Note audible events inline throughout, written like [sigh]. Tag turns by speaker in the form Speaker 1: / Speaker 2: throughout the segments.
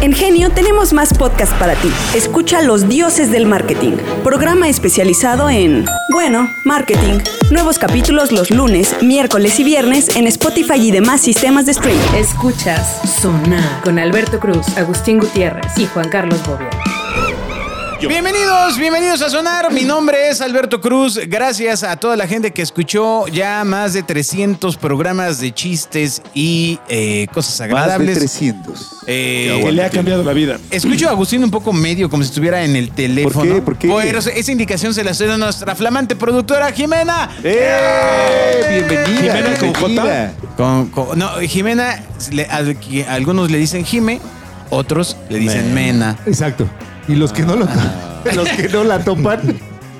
Speaker 1: En Genio tenemos más podcast para ti. Escucha Los Dioses del Marketing, programa especializado en, bueno, marketing. Nuevos capítulos los lunes, miércoles y viernes en Spotify y demás sistemas de streaming.
Speaker 2: Escuchas Sonar con Alberto Cruz, Agustín Gutiérrez y Juan Carlos Bobia.
Speaker 3: Yo. Bienvenidos, bienvenidos a Sonar. Mi nombre es Alberto Cruz. Gracias a toda la gente que escuchó ya más de 300 programas de chistes y eh, cosas agradables.
Speaker 4: Más de 300.
Speaker 3: Eh,
Speaker 5: Que le ha cambiado la vida.
Speaker 3: escucho a Agustín un poco medio, como si estuviera en el teléfono.
Speaker 4: qué? ¿Por qué?
Speaker 3: Bueno, esa indicación se la estoy dando a nuestra flamante productora Jimena.
Speaker 4: ¡Eh! Bienvenida.
Speaker 5: Jimena con J.
Speaker 4: bienvenida.
Speaker 3: Con- con- no, Jimena, le- al- que algunos le dicen Jime, otros le dicen Mena.
Speaker 6: Exacto. Y los que no lo to- [laughs] los que no la topan.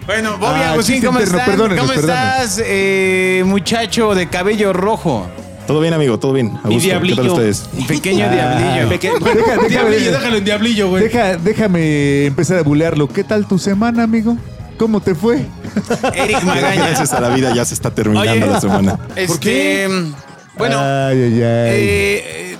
Speaker 3: Bueno, Bobby
Speaker 6: Ah,
Speaker 3: Agustín,
Speaker 6: chiste
Speaker 3: ¿cómo,
Speaker 6: interno,
Speaker 3: están?
Speaker 6: perdónenos,
Speaker 3: ¿Cómo
Speaker 6: perdónenos.
Speaker 3: estás, eh, muchacho de cabello rojo?
Speaker 5: Todo bien, amigo, todo bien. A gusto. ¿Qué tal ustedes?
Speaker 3: Un pequeño
Speaker 6: Ah,
Speaker 3: diablillo.
Speaker 6: Deja- déjame-
Speaker 5: Diablillo, déjalo en diablillo, güey.
Speaker 6: Deja- déjame empezar a bulearlo. ¿Qué tal tu semana, amigo? ¿Cómo te fue?
Speaker 3: Eric Magaña.
Speaker 5: Gracias a la vida ya se está terminando
Speaker 3: Oye.
Speaker 5: la semana.
Speaker 3: este, bueno,
Speaker 6: Ay, ay, ay.
Speaker 3: eh, eh,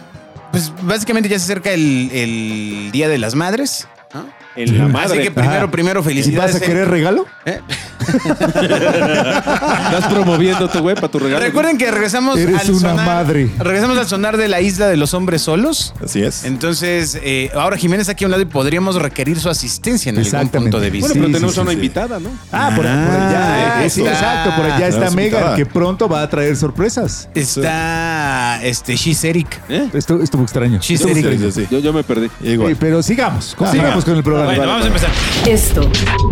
Speaker 3: pues básicamente ya se acerca el, el Día de las Madres. ¿no?
Speaker 7: En la
Speaker 3: Así
Speaker 7: madre.
Speaker 3: que primero,
Speaker 6: Ajá.
Speaker 3: primero,
Speaker 6: ¿Y
Speaker 3: felicidades. eh.
Speaker 6: ¿Vas a querer regalo?
Speaker 7: [laughs] Estás promoviéndote, güey, para tu regalo.
Speaker 3: Recuerden que regresamos
Speaker 6: Eres
Speaker 3: al
Speaker 6: una
Speaker 3: sonar-
Speaker 6: madre.
Speaker 3: Regresamos al sonar de la isla de los hombres solos.
Speaker 5: Así es.
Speaker 3: Entonces, eh, ahora Jiménez está aquí a un lado y podríamos requerir su asistencia en algún
Speaker 6: Exactamente.
Speaker 3: punto de vista.
Speaker 7: Bueno, pero
Speaker 6: Sí,
Speaker 7: tenemos
Speaker 6: sí,
Speaker 7: a una
Speaker 6: sí.
Speaker 7: invitada, ¿no?
Speaker 6: Ah, por, por allá.
Speaker 3: Ah,
Speaker 6: eh, sí,
Speaker 3: eso.
Speaker 6: exacto. Por allá
Speaker 5: Ah,
Speaker 6: está
Speaker 5: no,
Speaker 6: Megan,
Speaker 5: escuchaba.
Speaker 6: que pronto va a traer sorpresas.
Speaker 3: Está este She's Eric.
Speaker 6: Esto estuvo extraño.
Speaker 3: She's
Speaker 5: Sí,
Speaker 3: Eric.
Speaker 5: sí, sí.
Speaker 7: ¿Eh? Yo, yo me perdí.
Speaker 6: Sí,
Speaker 5: Igual.
Speaker 6: pero sigamos. Sigamos con el programa.
Speaker 3: Bueno, vamos a empezar.
Speaker 2: Esto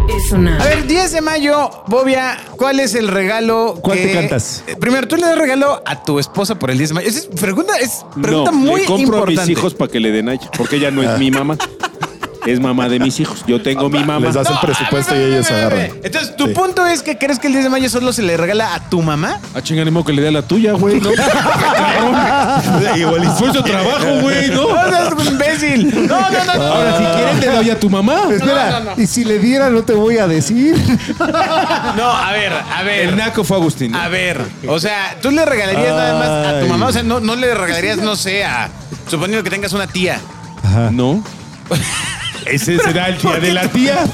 Speaker 2: es
Speaker 3: A
Speaker 2: Sonar.
Speaker 3: ver, 10 de mayo, Bobia, ¿cuál es el regalo?
Speaker 6: ¿Cuál te
Speaker 3: que-
Speaker 6: cantas?
Speaker 3: Eh, Primero, tú le das regalo a tu esposa por el 10 de mayo. Esa es pregunta, es pregunta
Speaker 7: no,
Speaker 3: muy
Speaker 7: le compro
Speaker 3: importante.
Speaker 7: a mis hijos para que le den a ella, porque ella no es mi mamá. Es mamá de mis hijos. Yo tengo mi mamá.
Speaker 5: Les das el presupuesto y ellos
Speaker 3: a ver, a ver.
Speaker 5: agarran.
Speaker 3: Entonces, ¿tu
Speaker 5: Sí.
Speaker 3: punto es que crees que el 10 de mayo solo se le regala a tu mamá?
Speaker 7: A chinganimo que le dé a la tuya,
Speaker 6: Pues,
Speaker 7: güey. ¿no?
Speaker 5: [laughs] Igual y-
Speaker 7: Esfuerzo, trabajo, güey, ¿no?
Speaker 3: [laughs] No, seas un imbécil. No, no, no. no.
Speaker 7: Ahora, si quieren, le doy a tu mamá.
Speaker 6: Espera,
Speaker 3: No, no,
Speaker 6: y si le diera, no te voy a decir.
Speaker 3: No, a ver, a ver.
Speaker 7: El naco fue Agustín.
Speaker 3: A ver, o sea, tú le regalarías nada más a tu
Speaker 6: Ay.
Speaker 3: mamá, o sea, no, no le regalarías, no sé, a, suponiendo que tengas una tía.
Speaker 7: No.
Speaker 5: Ese será el día de la tía.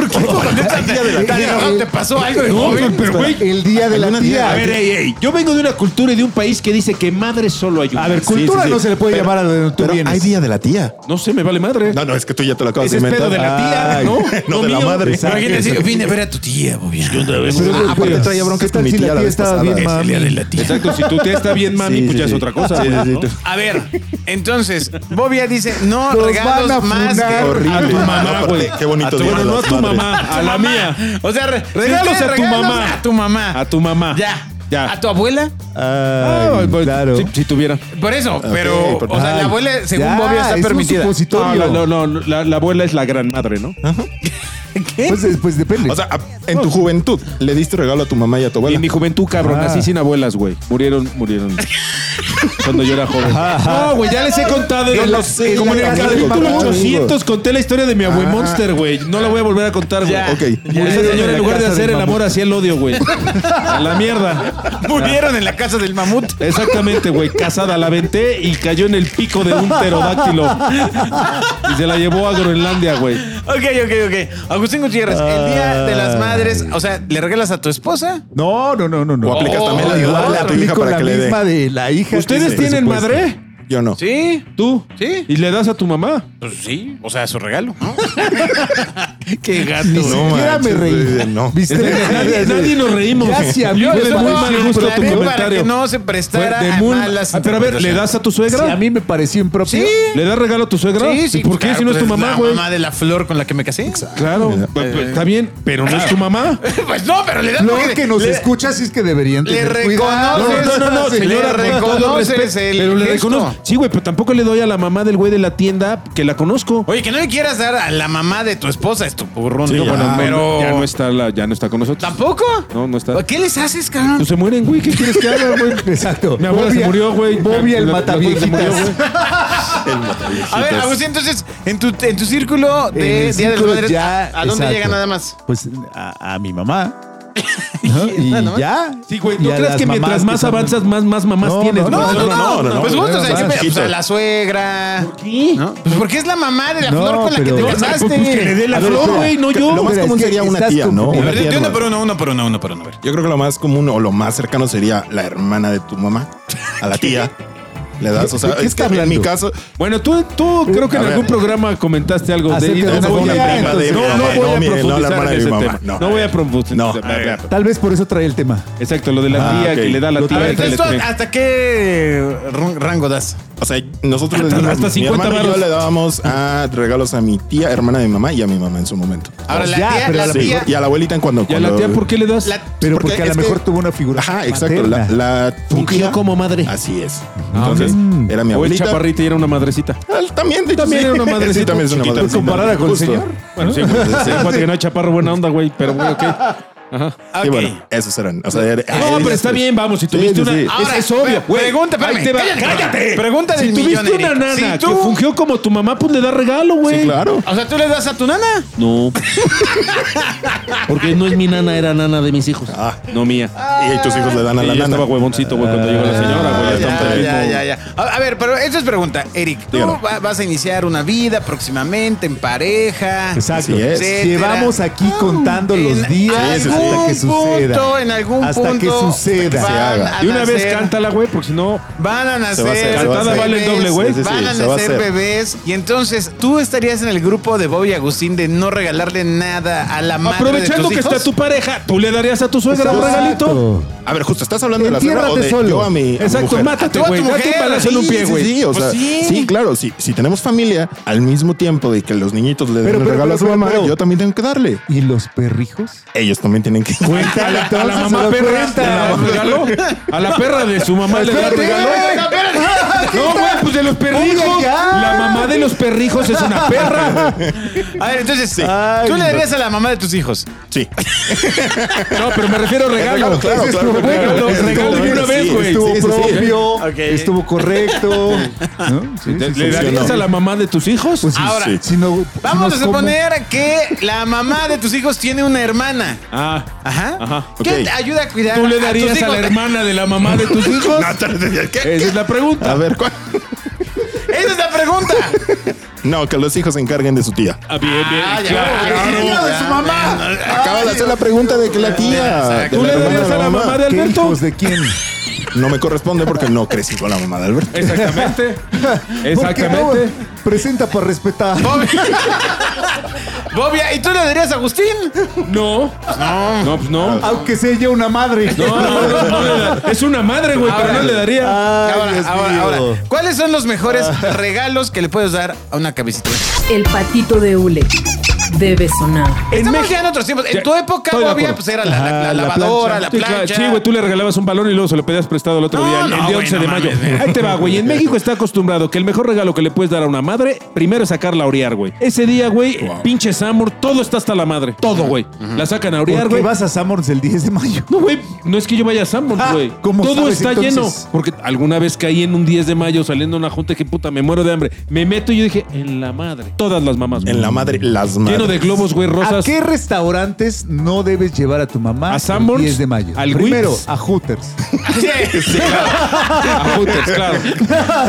Speaker 3: ¿No ¿Te pasó algo de joven?
Speaker 7: pero, güey.
Speaker 6: El día de la
Speaker 5: Alguna
Speaker 6: tía.
Speaker 7: A ver, ey, ey. Yo vengo de una cultura y de un país que dice que madre solo hay una.
Speaker 6: A ver,
Speaker 7: Sí,
Speaker 6: cultura
Speaker 7: sí, sí.
Speaker 6: no se le puede llamar a donde tú
Speaker 5: Pero
Speaker 6: vienes.
Speaker 5: hay día de la tía.
Speaker 7: No sé, me vale madre.
Speaker 5: No, no, es que tú ya te lo acabas
Speaker 7: Ese
Speaker 5: de
Speaker 7: es pedo
Speaker 5: inventar.
Speaker 7: de la tía,
Speaker 5: Ay,
Speaker 7: ¿no?
Speaker 5: No,
Speaker 7: No
Speaker 5: de la
Speaker 7: mío.
Speaker 5: madre.
Speaker 3: Imagínate, si- vine a ver a tu tía, Bobia.
Speaker 6: Pero-
Speaker 5: Ah, aparte
Speaker 6: pero-
Speaker 5: traía broncas
Speaker 6: ¿qué tal
Speaker 5: con mi
Speaker 6: si
Speaker 5: tía
Speaker 6: la
Speaker 5: la
Speaker 6: tía
Speaker 5: vez
Speaker 6: estaba
Speaker 5: pasada?
Speaker 6: bien,
Speaker 5: Es el
Speaker 3: Es el
Speaker 6: mami?
Speaker 3: día de la tía.
Speaker 7: Exacto, si tu tía está bien, mami,
Speaker 5: Sí,
Speaker 7: pues
Speaker 5: sí,
Speaker 7: ya es
Speaker 5: sí.
Speaker 7: otra cosa.
Speaker 5: Sí,
Speaker 7: güey,
Speaker 5: sí,
Speaker 7: ¿no?
Speaker 5: sí.
Speaker 3: A ver, entonces, Bobia dice, no
Speaker 6: Nos van a
Speaker 3: regalos más
Speaker 6: funar.
Speaker 3: que...
Speaker 5: Horrible.
Speaker 7: A tu mamá,
Speaker 5: Aparte,
Speaker 7: güey.
Speaker 5: Qué bonito
Speaker 7: A tu-
Speaker 5: día
Speaker 7: Bueno,
Speaker 5: de
Speaker 7: no a
Speaker 5: las
Speaker 7: tu
Speaker 5: madres.
Speaker 7: mamá, a la mía.
Speaker 3: O sea, re-
Speaker 7: Regalos a tu
Speaker 3: regalos
Speaker 7: mamá.
Speaker 3: A tu mamá.
Speaker 7: A tu mamá.
Speaker 3: Ya.
Speaker 7: Ya.
Speaker 3: ¿A tu abuela?
Speaker 6: Ay, claro.
Speaker 7: Si, si tuviera.
Speaker 3: Por eso, pero,
Speaker 5: por-
Speaker 3: o sea, la
Speaker 6: Ay,
Speaker 3: abuela, según
Speaker 6: ya,
Speaker 3: Bobia, está
Speaker 6: es un
Speaker 3: permitida.
Speaker 7: No,
Speaker 6: supositorio.
Speaker 7: no, no, no, la, la abuela es la gran madre, ¿no?
Speaker 6: Pues, eh, pues depende.
Speaker 5: O sea, a- en tu juventud le diste regalo a tu mamá y a tu abuela.
Speaker 7: En mi juventud, cabrón,
Speaker 6: Ah.
Speaker 7: así sin abuelas, güey. Murieron, [laughs] murieron. Cuando yo era joven. No, güey, ya les he contado.
Speaker 5: Yo
Speaker 7: en
Speaker 5: lo
Speaker 7: Ah, los-
Speaker 5: sé,
Speaker 7: como en
Speaker 5: ya
Speaker 7: el
Speaker 5: lo
Speaker 7: capítulo
Speaker 5: conozco.
Speaker 7: 800 conté la historia de mi abue Monster, güey. No la voy a volver a contar, güey.
Speaker 3: Ya.
Speaker 5: Ok.
Speaker 7: Ese
Speaker 6: Ya, ya,
Speaker 7: señor,
Speaker 6: ya,
Speaker 7: en lugar
Speaker 6: casa
Speaker 7: de
Speaker 6: del
Speaker 7: hacer el
Speaker 6: mamut.
Speaker 7: amor, hacía el odio, güey. A la mierda.
Speaker 3: Murieron en la casa del mamut.
Speaker 7: Exactamente, güey. Casada, la aventé y cayó en el pico de un pterodáctilo. Y se la llevó a Groenlandia, güey.
Speaker 3: Ok, ok, ok. Agustín Gutiérrez, el Día de las Madres, o sea, ¿le regalas a tu esposa?
Speaker 6: no, no, no, no, no.
Speaker 5: O aplicas
Speaker 3: Oh,
Speaker 5: también la de
Speaker 3: igual,
Speaker 5: darle a tu hija
Speaker 6: Aplico
Speaker 5: para
Speaker 6: la
Speaker 5: que le dé.
Speaker 6: misma de la hija.
Speaker 7: ¿Ustedes
Speaker 6: Sí,
Speaker 7: tienen
Speaker 6: por supuesto.
Speaker 7: madre?
Speaker 5: Yo no.
Speaker 3: Sí.
Speaker 7: ¿Tú?
Speaker 3: Sí.
Speaker 7: ¿Y le das a tu mamá?
Speaker 3: Pues sí, o sea, su regalo. [laughs] ¿no? Qué gato.
Speaker 6: Ni siquiera
Speaker 5: manches,
Speaker 6: me
Speaker 5: güey,
Speaker 6: reí.
Speaker 5: no.
Speaker 6: ¿Viste?
Speaker 7: Nadie, nadie nos reímos.
Speaker 6: Gracias,
Speaker 7: Yo
Speaker 6: amigo.
Speaker 7: fue de
Speaker 6: Eso
Speaker 7: muy
Speaker 6: no,
Speaker 7: mal gusto
Speaker 3: para
Speaker 7: tu
Speaker 3: que
Speaker 7: comentario.
Speaker 3: no se prestara
Speaker 7: Fue de
Speaker 3: a
Speaker 7: muy-
Speaker 3: malas
Speaker 7: Ah, Pero a ver, ¿le das a tu
Speaker 6: Si a
Speaker 7: suegra?
Speaker 6: mí me pareció impropio.
Speaker 3: Sí.
Speaker 7: ¿Le das regalo a tu suegra?
Speaker 3: Sí, sí.
Speaker 7: ¿Y por qué
Speaker 3: claro,
Speaker 7: si no es
Speaker 3: pues
Speaker 7: tu mamá, güey?
Speaker 3: La mamá de la flor con la que me casé.
Speaker 7: [laughs] Claro, pues, pues, está bien, pero no es tu mamá.
Speaker 3: Pues no, pero le das
Speaker 6: Flor que nos
Speaker 3: le,
Speaker 6: escucha, si es que deberían
Speaker 3: le
Speaker 6: tener
Speaker 3: reconoces.
Speaker 6: cuidado.
Speaker 7: No, no, no,
Speaker 3: Le
Speaker 7: señora, con todo
Speaker 3: reconoces
Speaker 7: respeto,
Speaker 3: el
Speaker 7: pero le
Speaker 3: gesto.
Speaker 7: reconozco. Sí, güey, pero tampoco le doy a la mamá del güey de la tienda que la conozco.
Speaker 3: Oye, que no le quieras dar a la mamá de tu esposa, es tu burrón.
Speaker 5: Sí,
Speaker 3: ¿no?
Speaker 5: ya,
Speaker 3: Bueno,
Speaker 7: No,
Speaker 3: pero.
Speaker 7: no, ya no está la- ya no está con nosotros.
Speaker 3: ¿Tampoco?
Speaker 7: No, no está.
Speaker 3: ¿Qué les haces, cabrón?
Speaker 7: Pues se mueren, güey, ¿qué quieres que haga, güey?
Speaker 6: Exacto.
Speaker 7: Mi abuela se
Speaker 6: Bobia-
Speaker 7: murió, güey.
Speaker 6: Bobia el
Speaker 7: La- la- la- la- se murió,
Speaker 6: mataviejitas.
Speaker 7: güey.
Speaker 3: A ver, Agustín, entonces, en tu, en tu círculo
Speaker 6: En
Speaker 3: de
Speaker 6: el
Speaker 3: Día de las
Speaker 6: círculo
Speaker 3: Madres,
Speaker 6: ya,
Speaker 3: ¿a dónde
Speaker 6: exacto.
Speaker 3: llega nada más?
Speaker 6: Pues a, a mi mamá, ¿no? Y
Speaker 3: Nada más.
Speaker 6: ya.
Speaker 7: Sí, güey.
Speaker 6: Y
Speaker 7: ¿Tú
Speaker 6: a
Speaker 7: crees
Speaker 6: las
Speaker 7: que mientras
Speaker 6: mamás
Speaker 7: más
Speaker 6: que
Speaker 7: avanzas,
Speaker 6: también-
Speaker 7: más, más mamás
Speaker 6: No,
Speaker 7: tienes?
Speaker 6: no,
Speaker 3: No, no, no,
Speaker 5: no, no,
Speaker 3: Pues
Speaker 5: no,
Speaker 3: justo,
Speaker 5: no,
Speaker 3: o sea,
Speaker 5: no,
Speaker 3: siempre,
Speaker 5: no,
Speaker 3: pues, a
Speaker 5: no.
Speaker 3: la suegra.
Speaker 7: ¿Qué?
Speaker 3: ¿no? Pues porque es la mamá de la
Speaker 6: No,
Speaker 3: flor con la que
Speaker 6: pero-
Speaker 3: te
Speaker 6: No,
Speaker 7: pues, pues, que le
Speaker 3: casaste.
Speaker 7: dé la
Speaker 5: A ver,
Speaker 7: flor,
Speaker 5: espera.
Speaker 7: güey, no
Speaker 5: Que-
Speaker 7: yo.
Speaker 5: Lo
Speaker 6: Pero
Speaker 5: más
Speaker 6: es
Speaker 5: común
Speaker 6: que
Speaker 5: sería una
Speaker 6: estás
Speaker 5: tía, ¿no?
Speaker 6: confundido.
Speaker 3: A
Speaker 5: Una
Speaker 3: ver,
Speaker 5: tía
Speaker 3: de uno
Speaker 5: hermana.
Speaker 3: por uno, uno por uno, uno por uno. a ver.
Speaker 5: Yo creo que lo más común o lo más cercano sería la hermana de tu mamá, a la tía. Le das, o sea,
Speaker 6: ¿De qué
Speaker 5: es que
Speaker 6: está
Speaker 5: en mi
Speaker 6: hablando?
Speaker 5: caso,
Speaker 7: Bueno, tú, tú creo que en
Speaker 5: A ver.
Speaker 7: algún programa comentaste algo de,
Speaker 6: Acerca
Speaker 7: y
Speaker 6: de
Speaker 7: no
Speaker 6: una
Speaker 7: voy a-
Speaker 6: prima
Speaker 7: no-
Speaker 6: de mi
Speaker 7: no
Speaker 5: mamá.
Speaker 7: voy a
Speaker 5: No, mire, no, la
Speaker 7: profundizar
Speaker 5: hermana
Speaker 7: en
Speaker 5: de mi
Speaker 7: ese
Speaker 5: mamá.
Speaker 7: tema.
Speaker 5: No,
Speaker 7: No voy a profundizar.
Speaker 5: no, a ver.
Speaker 6: Tal vez por eso trae el tema.
Speaker 7: Exacto, lo de la
Speaker 5: Ah,
Speaker 7: tía
Speaker 5: ok.
Speaker 7: que le da la
Speaker 5: Lo
Speaker 7: tía.
Speaker 3: A ver,
Speaker 7: esa
Speaker 3: entonces, ¿tú
Speaker 7: le trae.
Speaker 3: ¿hasta qué ru- rango das?
Speaker 5: o sea, nosotros le
Speaker 7: Hasta-
Speaker 5: dábamos,
Speaker 7: hasta
Speaker 5: mi
Speaker 7: 50
Speaker 5: hermano y yo
Speaker 7: varos.
Speaker 5: le dábamos ah, regalos a mi tía, hermana de mi mamá y a mi mamá en su momento.
Speaker 3: Ahora, la
Speaker 6: Ya,
Speaker 3: tía,
Speaker 6: pero
Speaker 3: la
Speaker 6: la-
Speaker 5: Sí,
Speaker 3: tía.
Speaker 5: y a la abuelita en cuando.
Speaker 7: ¿Y a la
Speaker 5: cuando-
Speaker 7: tía por qué le das?
Speaker 3: la-
Speaker 6: Pero
Speaker 5: Porque
Speaker 6: porque, a lo
Speaker 5: es
Speaker 6: mejor
Speaker 5: que-
Speaker 6: tuvo una figura.
Speaker 5: Ajá, exacto. La,
Speaker 6: materna.
Speaker 5: la tu
Speaker 7: Fungió
Speaker 5: tía-
Speaker 7: como madre.
Speaker 5: Así es.
Speaker 7: Ah, ok.
Speaker 5: Entonces, era mi
Speaker 7: o el
Speaker 5: abuelita.
Speaker 7: chaparrita y era una madrecita.
Speaker 5: Ah, También, de hecho,
Speaker 7: También
Speaker 5: [laughs] sí.
Speaker 7: era una madrecita
Speaker 5: Sí, también es una
Speaker 7: chiquita.
Speaker 5: madrecita.
Speaker 6: Comparada con el
Speaker 5: Justo.
Speaker 6: señor.
Speaker 7: Bueno, sí, pues, sí, acuérdate que no hay chaparro buena onda, güey, pero bueno,
Speaker 5: [laughs]
Speaker 7: ok. Ajá.
Speaker 5: Sí, bueno, esos eran. O sea, era-
Speaker 7: No, pero está bien, vamos, si tuviste
Speaker 5: sí,
Speaker 7: una...
Speaker 5: sí.
Speaker 7: es-
Speaker 3: Ahora,
Speaker 7: es, obvio,
Speaker 3: pre-
Speaker 7: güey.
Speaker 3: pregunta, espérame,
Speaker 7: Ahí te va.
Speaker 3: cállate, cabrón. Pregunta
Speaker 7: Si
Speaker 3: del millón,
Speaker 7: tuviste una
Speaker 3: Eric.
Speaker 7: nana
Speaker 3: Si
Speaker 7: que
Speaker 3: tú-
Speaker 7: fungió como tu mamá, pues le da regalo, güey.
Speaker 5: Sí, claro.
Speaker 3: O sea, ¿tú le das a tu nana?
Speaker 7: No. Porque no es mi nana, era nana de mis hijos. No mía.
Speaker 5: Y tus hijos le dan a
Speaker 7: Sí,
Speaker 5: la
Speaker 7: ya
Speaker 5: nana.
Speaker 7: estaba huevoncito, güey, cuando llegó la señora, güey. Ya,
Speaker 3: ya,
Speaker 7: estaba
Speaker 3: ya,
Speaker 7: mismo-
Speaker 3: ya, ya. A a ver, pero esa es pregunta. Eric, tú
Speaker 5: Dígalo.
Speaker 3: va- vas a iniciar una vida próximamente en pareja. Ah,
Speaker 6: Exacto.
Speaker 5: Así es.
Speaker 6: Llevamos aquí contando
Speaker 3: En
Speaker 6: los días
Speaker 5: sí, sí.
Speaker 6: hasta que
Speaker 3: algún
Speaker 6: suceda.
Speaker 3: punto, en algún
Speaker 6: hasta que
Speaker 3: punto
Speaker 6: suceda.
Speaker 3: van
Speaker 5: Se haga.
Speaker 3: a
Speaker 7: Y una vez
Speaker 3: nacer-
Speaker 7: cántala, güey, porque si no,
Speaker 3: Van a
Speaker 5: Se va a hacer,
Speaker 3: nacer.
Speaker 5: se va a
Speaker 7: Cantada
Speaker 5: hacer.
Speaker 7: vale el doble, güey.
Speaker 5: Sí, sí, sí,
Speaker 3: van a
Speaker 5: se va a
Speaker 3: nacer
Speaker 5: hacer.
Speaker 3: bebés. Y entonces tú estarías en el grupo de Bob y Agustín de no regalarle nada a la madre.
Speaker 7: aprovechando
Speaker 3: de
Speaker 7: que
Speaker 3: tus hijos?
Speaker 7: está tu pareja, tú le darías a tu suegra un
Speaker 6: Exacto.
Speaker 7: regalito.
Speaker 5: A ver, justo, ¿estás hablando de la señora o
Speaker 6: Entiérrate
Speaker 5: de
Speaker 6: solo.
Speaker 5: yo a mi, a mi
Speaker 7: Exacto,
Speaker 5: mujer?
Speaker 7: mátate,
Speaker 3: Tú a tu
Speaker 7: güey. Date
Speaker 3: mujer,
Speaker 7: un balazo en un
Speaker 5: Sí,
Speaker 7: pie,
Speaker 5: sí,
Speaker 7: güey.
Speaker 5: Sí, o
Speaker 3: Pues
Speaker 5: sea,
Speaker 3: sí.
Speaker 5: sí. claro, si, si tenemos familia, al mismo tiempo de que los niñitos le den
Speaker 6: Pero,
Speaker 5: el
Speaker 6: pero,
Speaker 5: regalo a su
Speaker 6: pero,
Speaker 5: mamá,
Speaker 6: pero.
Speaker 5: yo también tengo que darle.
Speaker 6: ¿Y los perrijos?
Speaker 5: Ellos también tienen que...
Speaker 6: Cuenta
Speaker 7: A la mamá perra le da regalo. A la perra de su mamá le da
Speaker 6: Espérate,
Speaker 7: regalo. No, güey, pues de los perrijos.
Speaker 6: Oye, ya.
Speaker 7: La mamá de los perrijos es una perra.
Speaker 3: A ver, entonces
Speaker 6: Ay,
Speaker 3: tú le darías a la mamá de tus hijos.
Speaker 7: [laughs]
Speaker 5: [laughs] Sí.
Speaker 7: No, pero me refiero a regalo.
Speaker 5: Regalo, claro,
Speaker 6: Ese
Speaker 5: claro,
Speaker 6: estuvo
Speaker 5: claro.
Speaker 7: bueno,
Speaker 5: Estuvo
Speaker 7: regalo de una
Speaker 5: bueno,
Speaker 7: vez,
Speaker 5: sí,
Speaker 7: güey.
Speaker 5: estuvo
Speaker 6: Estuvo
Speaker 5: propio.
Speaker 6: propio,
Speaker 3: Ok.
Speaker 6: estuvo correcto. ¿no? Sí, sí,
Speaker 7: ¿Le
Speaker 6: sí.
Speaker 7: darías a la mamá de tus hijos?
Speaker 6: Pues sí,
Speaker 3: Ahora,
Speaker 6: sí. Si no- si
Speaker 3: Vamos
Speaker 6: no
Speaker 3: a
Speaker 6: como-
Speaker 3: suponer que la mamá de tus hijos tiene una hermana.
Speaker 7: Ah.
Speaker 3: Ajá.
Speaker 7: Ajá.
Speaker 3: ¿Qué
Speaker 5: Ok.
Speaker 3: te ayuda a cuidar?
Speaker 7: ¿Tú
Speaker 3: a
Speaker 7: le
Speaker 3: tus
Speaker 7: darías a
Speaker 3: hijos?
Speaker 7: la hermana de la mamá de tus hijos?
Speaker 5: No, te- te- ¿qué?
Speaker 7: Esa es la pregunta.
Speaker 5: A ver, ¿cuál?
Speaker 3: Esa es la pregunta.
Speaker 5: No, que los hijos se encarguen de su tía.
Speaker 7: Ah, bien, bien.
Speaker 3: Ah, ya,
Speaker 7: claro,
Speaker 3: ya,
Speaker 7: claro.
Speaker 3: ya, ya.
Speaker 5: Acaba de hacer la pregunta de que la tía...
Speaker 3: Exacto.
Speaker 5: de
Speaker 7: ¿Tú
Speaker 5: la
Speaker 7: le
Speaker 5: hermana
Speaker 7: darías
Speaker 5: de
Speaker 7: a la mamá de
Speaker 6: ¿Qué
Speaker 7: Alberto?
Speaker 6: hijos de quién?
Speaker 5: No me corresponde porque no crecí con la mamá de Alberto.
Speaker 7: Exactamente.
Speaker 6: Porque no,
Speaker 7: [laughs] Exactamente.
Speaker 6: presenta para respetar.
Speaker 3: Bobia, ¿y tú le darías a Agustín?
Speaker 7: No. No. No, pues no.
Speaker 6: Aunque sea ella una madre.
Speaker 7: No, no, no, no le da- Es una madre, güey, pero no le daría.
Speaker 6: Ay,
Speaker 3: ahora,
Speaker 6: Dios
Speaker 3: ahora,
Speaker 6: mío.
Speaker 3: ahora. ¿Cuáles son los mejores regalos que le puedes dar a una cabecita?
Speaker 2: El patito de hule debe sonar.
Speaker 7: En
Speaker 3: Estamos
Speaker 7: México-
Speaker 3: ya en otros tiempos. En
Speaker 7: Ya,
Speaker 3: tu época,
Speaker 7: estoy de
Speaker 3: Bobia,
Speaker 7: acuerdo.
Speaker 3: pues era la, la- la
Speaker 6: Ajá, la
Speaker 3: lavadora, la
Speaker 7: Sí, claro,
Speaker 3: plancha.
Speaker 7: Sí, güey, tú le regalabas un balón y luego se lo pedías prestado el otro
Speaker 3: No,
Speaker 7: día, el-
Speaker 3: no,
Speaker 7: el
Speaker 3: güey,
Speaker 7: día 11
Speaker 3: no
Speaker 7: de mayo.
Speaker 3: mames, güey.
Speaker 7: Ahí te va, güey.
Speaker 3: [laughs]
Speaker 7: En México está acostumbrado que el mejor regalo que le puedes dar a una madre, primero es sacarla a orear, güey. Ese día, güey, pinche Samur, todo está hasta la madre. Todo, güey. La sacan a orear,
Speaker 6: Porque
Speaker 7: güey.
Speaker 6: vas a Samors el 10 de mayo.
Speaker 7: No, güey, no es que yo vaya a Sanborns,
Speaker 6: Ah,
Speaker 7: güey.
Speaker 6: ¿cómo
Speaker 7: Todo
Speaker 6: sabes,
Speaker 7: está
Speaker 6: entonces?
Speaker 7: lleno. Porque alguna vez caí en un 10 de mayo saliendo a una junta que puta, me muero de hambre. Me meto y yo dije, en la madre. Todas las mamás, güey.
Speaker 5: En la madre, las madres.
Speaker 7: Lleno de globos, güey,
Speaker 6: ¿A
Speaker 7: rosas.
Speaker 6: qué restaurantes no debes llevar a tu mamá
Speaker 7: ¿A
Speaker 6: el
Speaker 7: Sanborns?
Speaker 6: 10 de mayo?
Speaker 7: ¿Al
Speaker 6: Primero,
Speaker 7: Wix?
Speaker 6: a
Speaker 7: [laughs]
Speaker 6: Hooters.
Speaker 7: A Hooters, claro.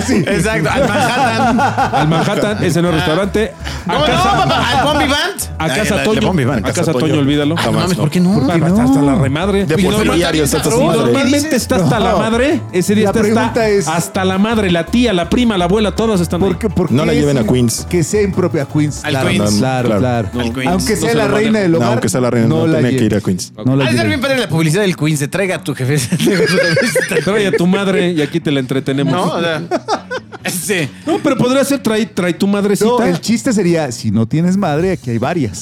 Speaker 6: [laughs] sí.
Speaker 3: Exacto, al Manhattan. [laughs]
Speaker 7: Al Manhattan, ese no es restaurante. A
Speaker 3: ¿Cómo Ah. no,
Speaker 7: casa,
Speaker 3: papá? ¿Al Bombi Band?
Speaker 7: a
Speaker 5: Ay,
Speaker 7: casa
Speaker 5: la- la
Speaker 7: Toño.
Speaker 5: Bombi Van,
Speaker 7: a casa, Toño, olvídalo.
Speaker 5: Jamás,
Speaker 3: mames, ¿por qué no?
Speaker 7: Porque
Speaker 6: no?
Speaker 7: Hasta la remadre.
Speaker 5: De
Speaker 7: Y
Speaker 5: por sí
Speaker 7: normalmente-
Speaker 5: diario está
Speaker 7: Sí,
Speaker 5: su madre.
Speaker 7: normalmente está hasta la
Speaker 6: No.
Speaker 7: madre. Ese día
Speaker 6: La
Speaker 7: está hasta,
Speaker 6: pregunta es-
Speaker 7: hasta la madre, la tía, la prima, la abuela, todas están ahí.
Speaker 6: ¿Por qué- por
Speaker 5: No
Speaker 6: qué
Speaker 5: la
Speaker 6: es
Speaker 5: lleven a Queens.
Speaker 6: Que sea impropia a Queens.
Speaker 3: Al
Speaker 6: claro,
Speaker 3: Queens.
Speaker 6: Claro,
Speaker 5: Claro.
Speaker 6: claro.
Speaker 3: Al Queens.
Speaker 6: Aunque sea
Speaker 7: No se
Speaker 6: la
Speaker 7: lo manejan.
Speaker 6: reina del
Speaker 5: No,
Speaker 6: hogar.
Speaker 5: aunque sea la reina, no tenía
Speaker 6: lleves.
Speaker 5: que ir a Queens.
Speaker 6: No la
Speaker 3: Ha de ser
Speaker 6: lleves.
Speaker 3: bien padre la publicidad del Queen. Se traiga a tu jefe. [laughs]
Speaker 7: Trae a tu madre y aquí te la entretenemos.
Speaker 3: ¿No? O sea, sí.
Speaker 7: No, pero podría ser trae, trae tu madrecita.
Speaker 6: No, el chiste sería, si no tienes madre, aquí hay varias.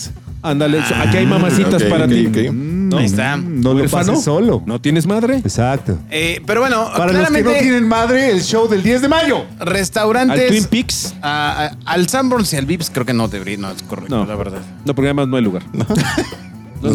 Speaker 6: Mm,
Speaker 7: Ándale, aquí
Speaker 6: Ah,
Speaker 7: hay mamacitas
Speaker 5: ok,
Speaker 7: para
Speaker 5: ok,
Speaker 7: ti.
Speaker 5: ok.
Speaker 7: ¿No?
Speaker 3: Ahí está.
Speaker 6: No lo
Speaker 7: ¿Huérfano?
Speaker 6: pases solo.
Speaker 7: ¿No tienes madre?
Speaker 6: Exacto.
Speaker 3: Eh, pero bueno,
Speaker 4: Ah,
Speaker 6: Para los que
Speaker 3: claramente,
Speaker 6: no tienen madre, el show del 10 de mayo.
Speaker 7: ¿Al Twin
Speaker 3: restaurantes.
Speaker 7: Peaks?
Speaker 3: a- a- al Sanborns y al Vips creo que no debería, no es correcto,
Speaker 7: No.
Speaker 3: la verdad.
Speaker 7: No, porque además no hay lugar. No,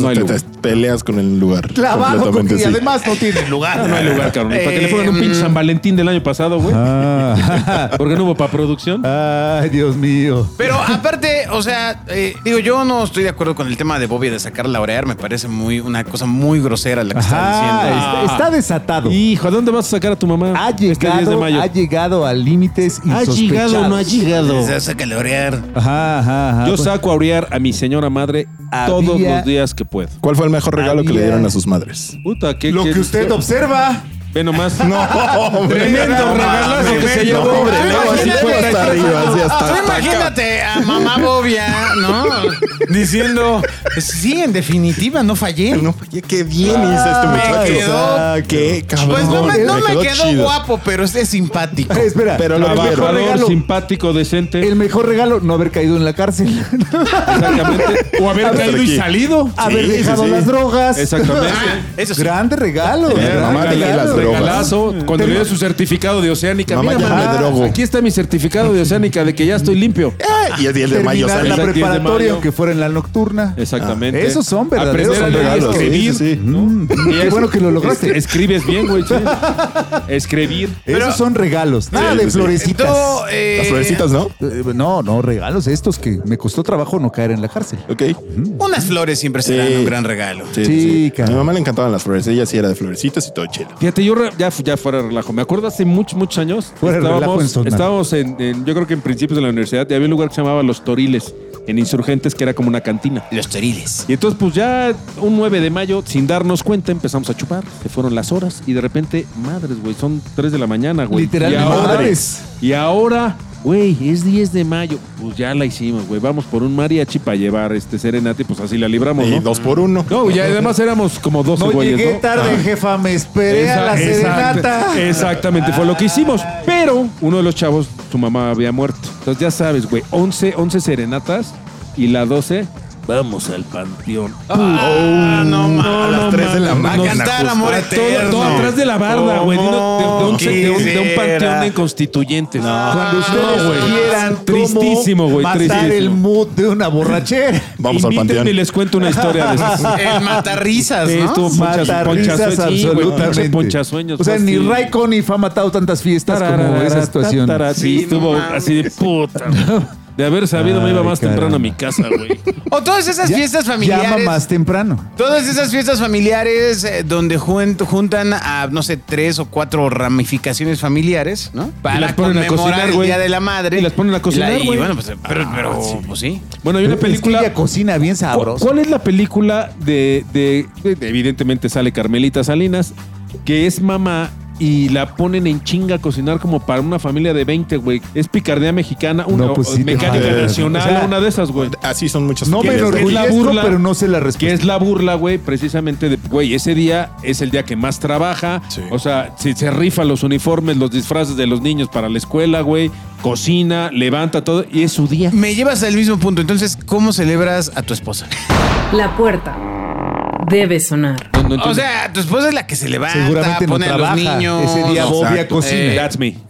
Speaker 7: no hay
Speaker 5: te,
Speaker 7: lugar.
Speaker 5: te peleas con el lugar.
Speaker 4: Clavado,
Speaker 5: Completamente,
Speaker 4: porque
Speaker 5: sí.
Speaker 4: además no tiene lugar.
Speaker 7: No hay lugar, cabrón. Para que le pongan
Speaker 6: Eh,
Speaker 7: un pinche
Speaker 3: Em,
Speaker 7: San Valentín del año pasado,
Speaker 6: [laughs]
Speaker 7: güey.
Speaker 6: Ah,
Speaker 7: Porque no hubo para producción.
Speaker 6: ay, Dios mío.
Speaker 3: Pero aparte, o sea, eh, digo, yo no estoy de acuerdo con el tema de Bobby de sacar laurear. Me parece muy una cosa muy grosera la que
Speaker 6: Ah.
Speaker 3: está
Speaker 4: Ajá,
Speaker 3: diciendo. ah.
Speaker 4: está, está desatado.
Speaker 7: Hijo, ¿a dónde vas a sacar a tu mamá?
Speaker 4: Ha
Speaker 7: Este 10 de
Speaker 4: llegado,
Speaker 7: mayo.
Speaker 4: ha llegado a límites
Speaker 7: ¿Ha
Speaker 4: insospechados.
Speaker 7: llegado o no ha llegado?
Speaker 3: Se saca laurear.
Speaker 6: Ajá, ajá, Pues, ajá.
Speaker 7: Yo saco a Aurear a mi señora madre
Speaker 4: Había-
Speaker 7: todos los días que puedo.
Speaker 5: ¿Cuál fue el mejor regalo que le
Speaker 4: Había-
Speaker 5: dieron a sus madres?
Speaker 7: Puta, ¿qué,
Speaker 6: Lo
Speaker 7: qué-
Speaker 6: que usted
Speaker 4: [laughs]
Speaker 6: observa.
Speaker 7: Ve nomás.
Speaker 5: [laughs] Tremendo
Speaker 7: Tremendo regalazo que se llevó.
Speaker 5: hombre.
Speaker 3: Luego así fue hasta
Speaker 5: arriba, así hasta
Speaker 3: Tú
Speaker 5: acá.
Speaker 3: imagínate a mamá Bobia, ¿no? [laughs] Diciendo, pues, sí, en definitiva, no fallé.
Speaker 5: No, oye, qué bien hizo este muchacho.
Speaker 3: quedó-
Speaker 5: Ah, qué cabrón.
Speaker 3: Pues no me, no me quedó
Speaker 5: chido.
Speaker 3: guapo, pero es simpático.
Speaker 4: Eh, Espera,
Speaker 5: Pero lo
Speaker 4: el mejor,
Speaker 5: vieron.
Speaker 7: Trabajador,
Speaker 4: regalo,
Speaker 7: simpático, decente.
Speaker 4: el mejor regalo, no haber caído en la cárcel. [laughs]
Speaker 5: [laughs]
Speaker 7: Exactamente. O haber
Speaker 5: Haber
Speaker 7: caído y
Speaker 5: aquí.
Speaker 7: salido.
Speaker 4: haber
Speaker 5: sí,
Speaker 4: dejado
Speaker 5: sí.
Speaker 4: las drogas. [laughs]
Speaker 7: Exactamente.
Speaker 3: Eso sí.
Speaker 4: Grande regalo.
Speaker 5: Pero
Speaker 4: gran
Speaker 5: Ah. mamá, dejé
Speaker 4: regalo.
Speaker 5: las drogas.
Speaker 7: Regalazo. Cuando le dio su certificado de Oceánica.
Speaker 5: Mamá,
Speaker 7: Mira,
Speaker 5: ya
Speaker 7: mamá,
Speaker 5: me drogo.
Speaker 7: aquí está mi certificado de Oceánica de que ya estoy limpio.
Speaker 5: Ah, Y el 10 de mayo
Speaker 4: Terminar
Speaker 5: sale.
Speaker 4: la
Speaker 7: Exacto, 10 de
Speaker 4: preparatoria,
Speaker 7: mayo.
Speaker 4: aunque fuera en la nocturna.
Speaker 7: Exactamente.
Speaker 4: Ah, esos son verdaderos
Speaker 7: Aprender a leer y
Speaker 5: regalos.
Speaker 7: escribir.
Speaker 5: Sí, sí, sí.
Speaker 7: ¿no? Y
Speaker 4: Mm. Qué
Speaker 7: es-
Speaker 4: bueno que lo lograste.
Speaker 7: es- escribes bien, güey. sí.
Speaker 4: [laughs]
Speaker 7: Escribir.
Speaker 4: Esos son regalos. Nada
Speaker 5: Sí,
Speaker 4: de
Speaker 5: sí, sí.
Speaker 4: florecitas.
Speaker 3: Tú, eh,
Speaker 5: Las florecitas, ¿no?
Speaker 4: Eh, No, no, regalos estos que me costó trabajo no caer en la cárcel.
Speaker 5: Ok.
Speaker 3: Unas flores siempre serán
Speaker 5: Sí.
Speaker 3: un gran regalo.
Speaker 5: Sí, sí, sí.
Speaker 4: Chica.
Speaker 5: A mi mamá le encantaban las flores. Ella sí era de florecitas y todo chido.
Speaker 7: Fíjate, yo re- ya, fu- ya fuera de relajo. Me acuerdo hace muchos, muchos años.
Speaker 4: Fuera de relajo en Sonora.
Speaker 7: estábamos en, en- yo creo que en principios de la universidad, y había un lugar que se llamaba Los Toriles, en Insurgentes, que era como una cantina.
Speaker 3: Los toriles.
Speaker 7: Y entonces, pues ya un 9 de mayo, sin darnos cuenta, empezamos a chupar. Se fueron las horas y de repente, madres, güey, son 3 de la mañana, güey.
Speaker 4: Literalmente,
Speaker 7: Y ahora-
Speaker 4: madres.
Speaker 7: Y ahora, güey, es 10 de mayo. Pues ya la hicimos, güey. Vamos por un mariachi para llevar este serenate, pues así la libramos,
Speaker 5: Y
Speaker 7: ¿no?
Speaker 5: dos por uno.
Speaker 7: No, y además éramos como 12
Speaker 4: No
Speaker 7: güeyes,
Speaker 4: llegué
Speaker 7: ¿no?
Speaker 4: tarde,
Speaker 5: Ah.
Speaker 4: jefa, me esperé a la
Speaker 7: Esa-
Speaker 4: serenata.
Speaker 7: exact- exactamente, fue lo que hicimos. Pero uno de los chavos, su mamá había muerto. Entonces ya sabes, güey, 11, 11 serenatas y la 12... Vamos al panteón. Oh,
Speaker 3: Ah, no, mames.
Speaker 5: a las 3 de la
Speaker 3: Nos
Speaker 5: mañana.
Speaker 3: cantar
Speaker 5: justo.
Speaker 3: amor
Speaker 7: Ah, Todo,
Speaker 3: eterno.
Speaker 7: todo atrás de la barda, güey. De, uno- de- de un, de un- de un
Speaker 3: quisiera.
Speaker 7: panteón de constituyentes.
Speaker 4: Cuando ustedes
Speaker 7: güey.
Speaker 4: quieran cómo
Speaker 7: Tristísimo, güey.
Speaker 4: matar
Speaker 7: Tristísimo.
Speaker 4: el mood de una [laughs] borrachera.
Speaker 5: Vamos al
Speaker 7: Invítenme
Speaker 5: panteón.
Speaker 7: y les cuento una historia de
Speaker 4: [laughs]
Speaker 7: esas.
Speaker 3: El matarrisas,
Speaker 7: Sí,
Speaker 3: ¿no?
Speaker 7: estuvo ponchas-
Speaker 4: Mata
Speaker 7: ponchazue-
Speaker 4: risas
Speaker 7: sí, güey,
Speaker 4: absolutamente.
Speaker 7: pinche ponchazueños,
Speaker 4: o sea,
Speaker 7: fue
Speaker 4: ni
Speaker 7: así.
Speaker 4: Raikkonen ni ha matado tantas fiestas como
Speaker 7: Tararara,
Speaker 4: esa situación.
Speaker 7: tatara, Sí,
Speaker 3: Sí,
Speaker 7: estuvo
Speaker 3: no mames.
Speaker 7: así de puta. güey. De haber sabido, me iba
Speaker 4: Ay,
Speaker 7: más temprano a mi casa, güey.
Speaker 3: O todas esas fiestas
Speaker 4: Llama
Speaker 3: familiares.
Speaker 4: más temprano.
Speaker 3: Todas esas fiestas familiares eh, donde juen- juntan a, no sé, tres o cuatro ramificaciones familiares, ¿no? Para
Speaker 7: las ponen a
Speaker 3: conmemorar
Speaker 7: cocinar,
Speaker 3: el
Speaker 7: güey.
Speaker 3: Día de la Madre.
Speaker 7: Y las ponen a cocinar,
Speaker 3: Y la-
Speaker 7: güey.
Speaker 3: Y bueno, pues, eh, pero, pero, pues sí.
Speaker 7: Bueno, hay una película.
Speaker 4: Es que ella cocina bien
Speaker 7: ¿Cu-
Speaker 4: sabroso.
Speaker 7: ¿Cuál es la película de, de- de- Evidentemente sale Carmelita Salinas, que es mamá y la ponen en chinga a cocinar como para una familia de 20, güey. Es picardía mexicana, una
Speaker 4: No, pues sí, te
Speaker 7: mecánica
Speaker 5: mames.
Speaker 7: nacional,
Speaker 4: O sea,
Speaker 7: una de esas, güey.
Speaker 5: Así son muchas
Speaker 4: No me
Speaker 5: familias, güey.
Speaker 7: es la
Speaker 4: enorgullezco,
Speaker 7: burla?
Speaker 4: pero no sé la
Speaker 7: Que
Speaker 4: respuesta.
Speaker 7: es la burla, güey, precisamente de, güey, ese día es el día que más trabaja.
Speaker 5: Sí.
Speaker 7: O sea, se, se rifa los uniformes, los disfraces de los niños para la escuela, güey. Cocina, levanta todo y es su
Speaker 4: Mm.
Speaker 7: día.
Speaker 3: Me llevas al mismo punto. Entonces, ¿cómo celebras a tu esposa?
Speaker 2: La puerta debe sonar.
Speaker 7: No- no
Speaker 3: O
Speaker 7: entiendo.
Speaker 3: sea, tu esposa es la que se levanta,
Speaker 4: Seguramente no
Speaker 3: pone a los
Speaker 4: trabaja.
Speaker 3: niños. Ah,
Speaker 4: Ese día
Speaker 5: no,
Speaker 4: Bobia
Speaker 5: exacto.
Speaker 4: cocina.
Speaker 3: Eh,
Speaker 7: That's me.
Speaker 5: Ese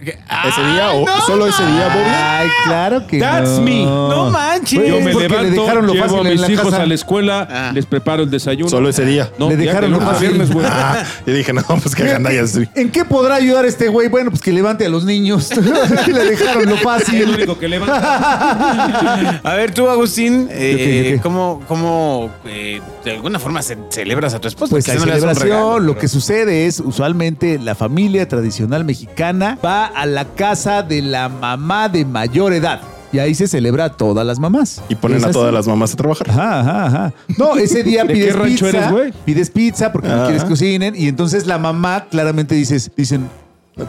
Speaker 5: día o solo ese día, Bobby.
Speaker 4: Ay, claro que
Speaker 7: That's
Speaker 4: no.
Speaker 7: me. No
Speaker 3: manches.
Speaker 4: Pues,
Speaker 7: Yo me
Speaker 4: porque le
Speaker 7: levanto,
Speaker 4: dejaron lo
Speaker 7: llevo
Speaker 4: fácil
Speaker 7: a
Speaker 4: en
Speaker 7: mis
Speaker 4: la
Speaker 7: hijos
Speaker 4: casa.
Speaker 7: a la escuela,
Speaker 3: Ah.
Speaker 7: les preparo el desayuno.
Speaker 5: Solo ese día.
Speaker 7: No,
Speaker 4: Le
Speaker 7: ya,
Speaker 4: dejaron
Speaker 7: de
Speaker 4: lo
Speaker 7: lunes a
Speaker 4: fácil.
Speaker 7: viernes,
Speaker 4: [laughs]
Speaker 7: güey.
Speaker 5: Ah, yo dije, no, pues que gandallas. sí.
Speaker 4: ¿En qué podrá ayudar este güey? Bueno, pues que levante a los niños. [laughs] Le dejaron
Speaker 7: Es
Speaker 4: lo
Speaker 7: lo
Speaker 4: fácil.
Speaker 7: único que levanta.
Speaker 3: A ver, tú, Agustín, eh,
Speaker 4: ¿Yo qué, yo qué?
Speaker 3: ¿cómo, cómo eh, de alguna forma ce- celebras a tu esposa?
Speaker 4: [laughs] Pues
Speaker 3: Quizá
Speaker 4: la
Speaker 3: no le das un
Speaker 4: celebración,
Speaker 3: regalo,
Speaker 4: lo
Speaker 3: pero-
Speaker 4: que sucede es usualmente la familia tradicional mexicana va a la casa de la mamá de mayor edad y ahí se celebra a todas las mamás.
Speaker 5: Y ponen
Speaker 4: ¿Es
Speaker 5: a
Speaker 4: así?
Speaker 5: todas las mamás a trabajar.
Speaker 4: Ajá, ajá, ajá. No, ese día
Speaker 7: ¿De
Speaker 4: pides
Speaker 7: qué rancho
Speaker 4: pizza,
Speaker 7: eres, güey?
Speaker 4: pides pizza porque no
Speaker 5: Ajá.
Speaker 4: quieres que cocinen y entonces la mamá claramente dices, dicen,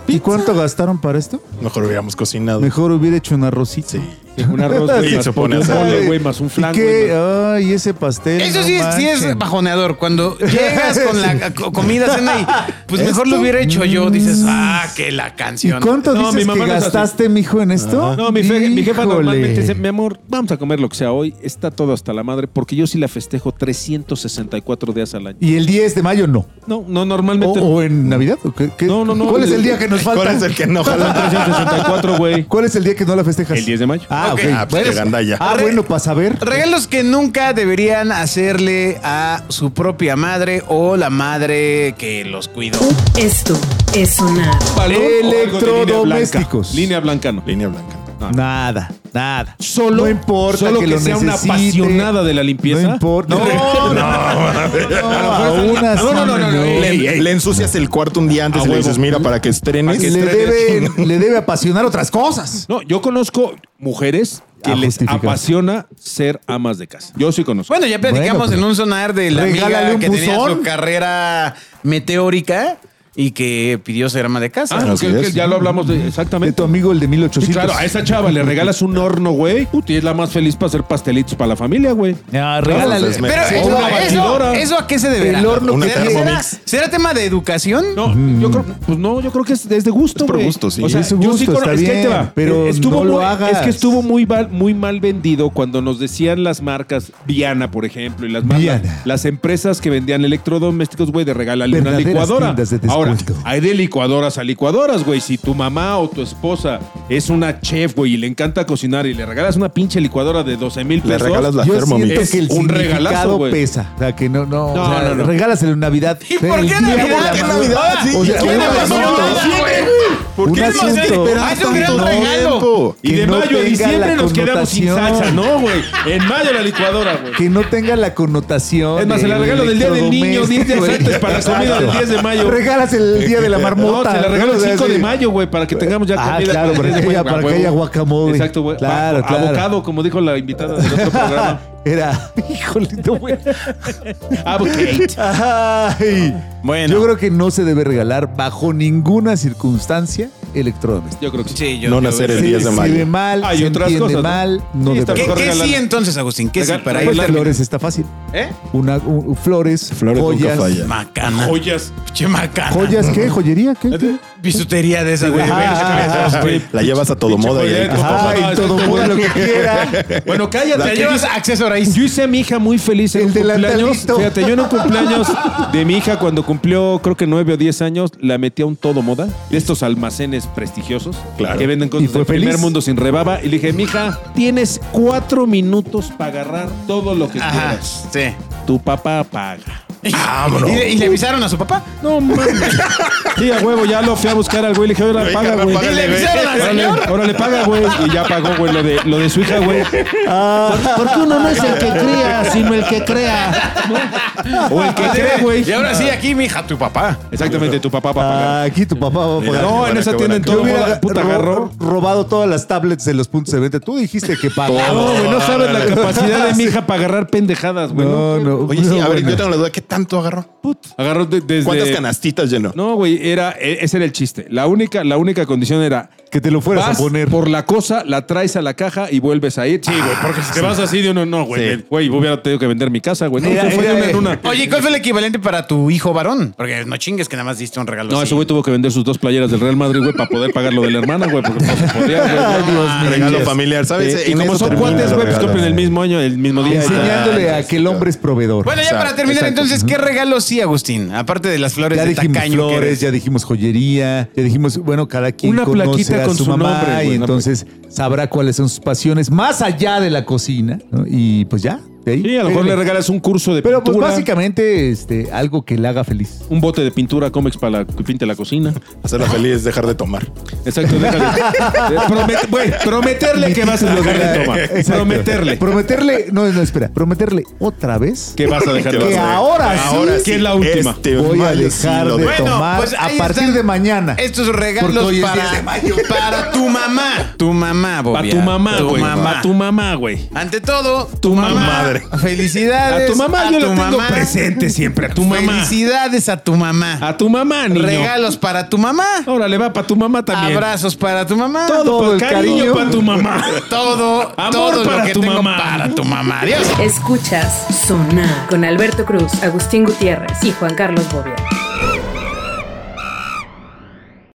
Speaker 4: ¿y cuánto gastaron para esto?
Speaker 5: Mejor hubiéramos cocinado.
Speaker 4: Mejor hubiera hecho un arrocito.
Speaker 5: Sí.
Speaker 7: un arroz, güey,
Speaker 5: Sí,
Speaker 7: más
Speaker 5: se pone
Speaker 7: pollo,
Speaker 5: a hacer.
Speaker 7: mole, güey, más un flan,
Speaker 4: ¿Y qué? Ah,
Speaker 7: güey, más-
Speaker 4: Ay, ese pastel.
Speaker 3: Eso
Speaker 4: no
Speaker 3: sí, es- sí es
Speaker 4: manchen.
Speaker 3: bajoneador. Cuando llegas con
Speaker 4: [laughs]
Speaker 3: la co- comida, cena y pues mejor lo hubiera hecho yo, dices, ah, que la
Speaker 4: ¿Y
Speaker 3: canción.
Speaker 4: cuánto
Speaker 7: No, mi
Speaker 4: dices
Speaker 7: mamá
Speaker 4: que
Speaker 7: no es así.
Speaker 4: gastaste, mijo, en esto?
Speaker 7: No, mi, fe- mi jefa
Speaker 4: Híjole.
Speaker 7: normalmente dice, mi amor, vamos a comer lo que sea hoy. Está todo hasta la madre, porque yo sí la festejo 364 días al año.
Speaker 4: Y el 10 de mayo no.
Speaker 7: No, no,
Speaker 4: O,
Speaker 7: normalmente...
Speaker 4: o en Navidad. ¿o qué- qué?
Speaker 7: No, no, no.
Speaker 4: ¿Cuál es el día que nos
Speaker 7: [laughs]
Speaker 4: falta?
Speaker 5: ¿Cuál es el que no?
Speaker 7: Son
Speaker 5: Ojalá.
Speaker 7: 364, güey.
Speaker 4: ¿Cuál es el día que no la festejas?
Speaker 7: El 10 de mayo.
Speaker 4: Ah, Ah, ok.
Speaker 5: Ah, pues,
Speaker 4: Bueno,
Speaker 5: de gandalla.
Speaker 4: ah,
Speaker 3: Re-
Speaker 4: bueno, para saber.
Speaker 3: Regalos que nunca deberían hacerle a su propia madre o la madre que los cuidó.
Speaker 2: Esto es sonar.
Speaker 7: Balón o algo de
Speaker 4: Electrodomésticos.
Speaker 7: Línea blanca, Línea blanca
Speaker 5: Línea blanca.
Speaker 7: no.
Speaker 4: Nada, nada.
Speaker 7: no. Solo,
Speaker 4: no importa
Speaker 7: solo
Speaker 4: que,
Speaker 7: que,
Speaker 4: lo
Speaker 7: sea una
Speaker 4: necesite.
Speaker 7: apasionada de la limpieza.
Speaker 4: No importa. No, no,
Speaker 5: Ah,
Speaker 4: no, aún así,
Speaker 7: No, no, no, no, no.
Speaker 5: Le,
Speaker 7: Ey, ey.
Speaker 5: le ensucias el cuarto un día antes
Speaker 7: A
Speaker 5: y le
Speaker 7: huevo.
Speaker 5: dices, mira, para que estrenes.
Speaker 7: Para que
Speaker 4: Le
Speaker 7: estrellas.
Speaker 4: debe, le debe apasionar otras cosas.
Speaker 7: No, yo conozco mujeres que
Speaker 4: Ah,
Speaker 7: les
Speaker 4: justificado.
Speaker 7: apasiona ser amas de casa. Yo sí conozco.
Speaker 5: Pues,
Speaker 3: Bueno, ya platicamos
Speaker 4: Bueno, pero-
Speaker 3: en un sonar de la
Speaker 4: Regálale
Speaker 3: amiga
Speaker 4: un
Speaker 3: que tenía su
Speaker 4: buzón.
Speaker 3: carrera meteórica y que pidió ser ama de casa.
Speaker 7: Ah,
Speaker 5: así
Speaker 7: que- que
Speaker 5: es.
Speaker 7: ya lo hablamos de,
Speaker 4: De
Speaker 7: exactamente.
Speaker 4: tu amigo el de
Speaker 7: Sí,
Speaker 4: 1800.
Speaker 7: claro, a esa chava le regalas un horno, güey. Puta, y es la más feliz para hacer pastelitos para la familia, güey.
Speaker 4: Ah, regálale.
Speaker 5: Entonces, me-
Speaker 3: Pero
Speaker 5: Sí,
Speaker 3: eso,
Speaker 7: una
Speaker 3: eso,
Speaker 7: batidora.
Speaker 3: ¿eso a qué se deberá?
Speaker 4: El horno
Speaker 5: Una
Speaker 3: ¿Será- ¿Será,
Speaker 5: Thermomix.
Speaker 3: será tema de educación?
Speaker 7: No, yo creo, pues no, yo creo que es, es de gusto,
Speaker 5: Es por
Speaker 7: güey.
Speaker 5: gusto, sí.
Speaker 7: O sea,
Speaker 4: Mm. Es su
Speaker 7: yo sí
Speaker 4: gusto,
Speaker 7: conozco-
Speaker 4: está
Speaker 7: es que ahí te
Speaker 4: bien,
Speaker 7: va. Eh,
Speaker 4: pero no lo
Speaker 7: muy-
Speaker 4: hagas.
Speaker 7: Es que estuvo muy mal, muy mal vendido cuando nos decían las marcas Viana, por ejemplo, y las marcas,
Speaker 4: Viana.
Speaker 7: las empresas que vendían electrodomésticos, güey, de regálale una
Speaker 4: Verdaderas
Speaker 7: licuadora.
Speaker 4: tiendas de
Speaker 7: Ahora,
Speaker 4: descuento.
Speaker 7: hay de licuadoras a licuadoras, güey. Si tu mamá o tu esposa es una chef, güey, y le encanta cocinar y le regalas una pinche licuadora de 12 mil
Speaker 5: Le
Speaker 7: pesos.
Speaker 5: regalas la
Speaker 4: Yo
Speaker 5: Thermomix.
Speaker 4: siento que el
Speaker 7: Es un
Speaker 4: significado
Speaker 7: regalazo, güey.
Speaker 4: pesa. O sea, que no, no.
Speaker 7: No,
Speaker 4: o sea,
Speaker 7: no, no.
Speaker 4: Regálaselo en Navidad.
Speaker 3: ¿Y por qué
Speaker 4: El día
Speaker 3: Navidad?
Speaker 4: de la
Speaker 3: ¿Por qué
Speaker 4: madre.
Speaker 5: Navidad? Sí,
Speaker 4: O sea,
Speaker 5: ¿quién
Speaker 4: un
Speaker 5: la
Speaker 4: asunto.
Speaker 5: mamá? ¿Por
Speaker 4: Un
Speaker 5: qué no
Speaker 4: asunto.
Speaker 5: esperas
Speaker 3: Ah, es un gran
Speaker 5: tanto
Speaker 3: regalo.
Speaker 5: tiempo?
Speaker 7: Y
Speaker 4: Que
Speaker 7: de
Speaker 4: no
Speaker 7: mayo a
Speaker 4: tenga la
Speaker 7: diciembre nos quedamos sin
Speaker 4: connotación.
Speaker 7: salsa, ¿no, güey? En mayo la licuadora, güey.
Speaker 4: Que no tenga la connotación.
Speaker 7: Es más, el
Speaker 4: de
Speaker 7: regalo del día del niño, 10 días
Speaker 4: electrodoméstico,
Speaker 7: antes para la comida del 10 de mayo.
Speaker 4: Regalas el día de
Speaker 7: [laughs]
Speaker 4: la
Speaker 7: No,
Speaker 4: marmota.
Speaker 7: te la regalo el
Speaker 4: O sea,
Speaker 7: 5 de
Speaker 4: sí.
Speaker 7: mayo, güey, para que tengamos ya
Speaker 4: Ah,
Speaker 7: comida.
Speaker 4: claro, para
Speaker 7: [laughs]
Speaker 4: que haya-
Speaker 7: Güey,
Speaker 4: para que
Speaker 7: huevo.
Speaker 4: haya guacamole.
Speaker 7: Exacto, güey.
Speaker 4: Claro,
Speaker 7: Ah,
Speaker 4: claro.
Speaker 7: Abocado, como dijo la invitada del otro programa.
Speaker 4: [laughs] Era, [laughs] híjole, no,
Speaker 7: [laughs]
Speaker 4: güey.
Speaker 7: Abocate.
Speaker 4: Ay.
Speaker 3: Bueno.
Speaker 4: Yo creo que no se debe regalar bajo ninguna circunstancia electrodomésticos.
Speaker 7: Yo creo que sí.
Speaker 3: Sí, yo-
Speaker 5: No
Speaker 3: yo-
Speaker 5: nacer el
Speaker 4: Se
Speaker 5: 10 de mayo.
Speaker 4: escribe mal,
Speaker 7: Hay
Speaker 4: se
Speaker 7: otras
Speaker 4: entiende
Speaker 7: cosas, ¿no?
Speaker 4: mal, no
Speaker 7: Sí,
Speaker 4: debe
Speaker 3: ¿Qué,
Speaker 7: está
Speaker 4: regalar.
Speaker 7: mejor
Speaker 3: qué
Speaker 7: regalar-
Speaker 3: sí entonces, Agustín? ¿Qué sí
Speaker 7: Regal-
Speaker 3: para
Speaker 7: regalar-
Speaker 3: ir?
Speaker 7: Claro.
Speaker 4: Flores está fácil.
Speaker 3: ¿Eh?
Speaker 4: Una, un- flores,
Speaker 5: Flores nunca
Speaker 4: joyas.
Speaker 5: fallan.
Speaker 3: Macana.
Speaker 7: Joyas.
Speaker 3: Che, macana.
Speaker 4: ¿Joyas qué? ¿Joyería qué?
Speaker 7: ¿Este?
Speaker 4: qué?
Speaker 3: Bisutería de esa, güey.
Speaker 4: güey.
Speaker 3: Ah,
Speaker 4: Ah,
Speaker 7: Güey,
Speaker 5: La llevas a todo
Speaker 7: pinche
Speaker 5: moda. y ahí-
Speaker 7: folleto,
Speaker 5: Ajá.
Speaker 7: papá,
Speaker 4: Ay,
Speaker 7: exacto, [laughs]
Speaker 4: todo
Speaker 7: güey.
Speaker 4: mundo lo que quiera.
Speaker 7: Bueno, cállate.
Speaker 3: Te
Speaker 7: yo
Speaker 3: llevas
Speaker 7: hice-
Speaker 3: acceso a raíz.
Speaker 7: Yo hice a mi hija muy feliz en
Speaker 4: El
Speaker 7: un cumpleaños.
Speaker 4: delantalito.
Speaker 7: Fíjate, yo en un cumpleaños de mi hija, cuando cumplió creo que nueve o diez años, la metí a un todo moda de estos almacenes prestigiosos
Speaker 5: Claro.
Speaker 7: que venden
Speaker 4: ¿Y
Speaker 7: cosas
Speaker 4: fue
Speaker 7: del primer
Speaker 4: feliz?
Speaker 7: mundo sin rebaba. Y le dije, mija, tienes cuatro minutos para agarrar todo lo que
Speaker 3: Ajá,
Speaker 7: quieras.
Speaker 3: sí.
Speaker 7: Tu papá paga.
Speaker 5: Vámonos.
Speaker 3: ¿Y, le- y le avisaron a su papá?
Speaker 7: No mames. Sí, a huevo, ya lo fui a buscar al güey. Le dije, ahora
Speaker 5: Oiga,
Speaker 7: paga,
Speaker 5: ahora
Speaker 7: güey.
Speaker 5: págale,
Speaker 7: Dile,
Speaker 5: güey.
Speaker 7: "Avisaron al Órale, Órale, paga, güey. Y ya pagó, güey, lo de, lo de su hija, güey. Porque uno no es el que cría, sino el que crea. O el [laughs] que cree, Ah, güey.
Speaker 3: Y ahora sí, aquí, mija, tu papá.
Speaker 7: Exactamente, tu papá va a pagar.
Speaker 4: Ah, aquí tu papá va a pagar.
Speaker 7: no,
Speaker 5: qué
Speaker 7: en esa
Speaker 5: buena,
Speaker 7: tienda
Speaker 5: qué
Speaker 7: en todo
Speaker 5: buena.
Speaker 4: Yo hubiera
Speaker 7: moda, puta
Speaker 4: ro-
Speaker 7: agarró.
Speaker 4: robado todas las tablets de los puntos de venta. Tú dijiste que pagaba.
Speaker 7: No, güey, no sabes la capacidad de mi
Speaker 4: Ah, Sí.
Speaker 7: hija para agarrar pendejadas, güey.
Speaker 4: No, no.
Speaker 5: Oye, sí,
Speaker 4: no,
Speaker 5: a ver,
Speaker 4: bueno.
Speaker 5: yo tengo la duda. ¿Qué tanto agarró?
Speaker 7: Agarró de- desde...
Speaker 5: ¿Cuántas canastitas llenó?
Speaker 7: No, güey, era, e- ese era el chiste. La única, la única condición era...
Speaker 4: Que te lo fueras
Speaker 7: Vas
Speaker 4: a poner.
Speaker 7: por la cosa, la traes a la caja y vuelves a ir. Sí, güey, porque si te vas así de uno, no, güey.
Speaker 5: Sí.
Speaker 7: Güey, hubiera tenido que vender mi casa, güey. No,
Speaker 4: Era-
Speaker 7: se fue de
Speaker 4: era-
Speaker 7: una en una.
Speaker 3: Oye, ¿cuál fue el equivalente para tu hijo varón? Porque no chingues que nada más diste un regalo
Speaker 7: No,
Speaker 3: así.
Speaker 7: ese güey tuvo que vender sus dos playeras del Real Madrid, güey, para poder pagar lo de la hermana, güey, porque no se podía, güey.
Speaker 5: [laughs] mío. Regalo familiar, ¿sabes?
Speaker 7: Eh, y
Speaker 5: En
Speaker 7: como
Speaker 5: eso
Speaker 7: son
Speaker 5: termina
Speaker 7: cuates,
Speaker 5: los
Speaker 7: güey, pues
Speaker 5: regalos.
Speaker 7: compren el mismo año, el mismo día. y ya.
Speaker 4: Enseñándole a que el hombre es proveedor.
Speaker 3: Bueno, ya
Speaker 5: Exacto,
Speaker 3: para terminar,
Speaker 5: exacto.
Speaker 3: entonces, ¿qué regalo sí, Agustín? Aparte de las flores
Speaker 7: Pues
Speaker 4: ya
Speaker 3: de
Speaker 4: dijimos
Speaker 3: tacaño. que
Speaker 4: flores,
Speaker 3: eres.
Speaker 4: ya dijimos joyería, ya dijimos, bueno, cada quien
Speaker 7: Una
Speaker 4: conoce
Speaker 7: plaquita
Speaker 4: a
Speaker 7: con
Speaker 4: su,
Speaker 7: su
Speaker 4: mamá
Speaker 7: nombre,
Speaker 4: y
Speaker 7: güey, una
Speaker 4: entonces sabrá cuáles son sus pasiones más allá de la cocina, ¿no? Y pues ya, de ahí.
Speaker 7: Sí, a lo mejor le regalas un curso de
Speaker 4: Pero pues
Speaker 7: pintura.
Speaker 4: básicamente este, algo que le haga feliz.
Speaker 7: un bote de pintura cómics para la- que pinte la cocina.
Speaker 5: Hacerla feliz es dejar de tomar.
Speaker 7: Exacto, déjale. Promet- güey, prometerle que vas a dejar de tomar.
Speaker 4: [laughs] Exacto.
Speaker 7: Prometerle.
Speaker 4: Prometerle, no, no, espera, prometerle otra vez
Speaker 7: Que vas a dejar de
Speaker 5: Que
Speaker 4: que
Speaker 7: tomar.
Speaker 4: ahora sí
Speaker 5: Ahora sí,
Speaker 7: que es la última.
Speaker 5: Este
Speaker 4: voy a
Speaker 5: mayo
Speaker 4: dejar
Speaker 5: sí lo
Speaker 4: de
Speaker 5: dejo.
Speaker 4: tomar a
Speaker 3: pues ahí
Speaker 4: partir
Speaker 3: están
Speaker 4: de mañana.
Speaker 3: Estos
Speaker 4: Porque hoy
Speaker 3: regalos
Speaker 4: es
Speaker 3: para,
Speaker 4: 10 de mayo.
Speaker 3: [laughs] para tu mamá. Tu mamá,
Speaker 7: Pa'
Speaker 3: Bobia.
Speaker 7: tu mamá,
Speaker 3: Tu
Speaker 7: güey.
Speaker 3: mamá.
Speaker 7: Pa' tu mamá, güey.
Speaker 3: Ante todo, tu,
Speaker 7: mamá.
Speaker 3: mamá.
Speaker 5: Madre.
Speaker 3: Felicidades.
Speaker 7: A tu mamá yo
Speaker 3: lo
Speaker 7: la tengo presente siempre. A tu mamá.
Speaker 3: Felicidades a tu mamá.
Speaker 7: A tu mamá, niño.
Speaker 3: Regalos para tu mamá.
Speaker 7: Órale, va para tu mamá también.
Speaker 3: Abrazos para tu mamá.
Speaker 7: Todo,
Speaker 4: Todo el
Speaker 7: el cariño,
Speaker 4: cariño.
Speaker 7: para tu mamá.
Speaker 3: Todo,
Speaker 7: Amor
Speaker 3: todo
Speaker 7: para
Speaker 3: lo que
Speaker 7: tu
Speaker 3: tengo
Speaker 7: mamá.
Speaker 3: para tu mamá. Adiós.
Speaker 2: Escuchas Sonar con Alberto Cruz, Agustín Gutiérrez y Juan Carlos Bobia.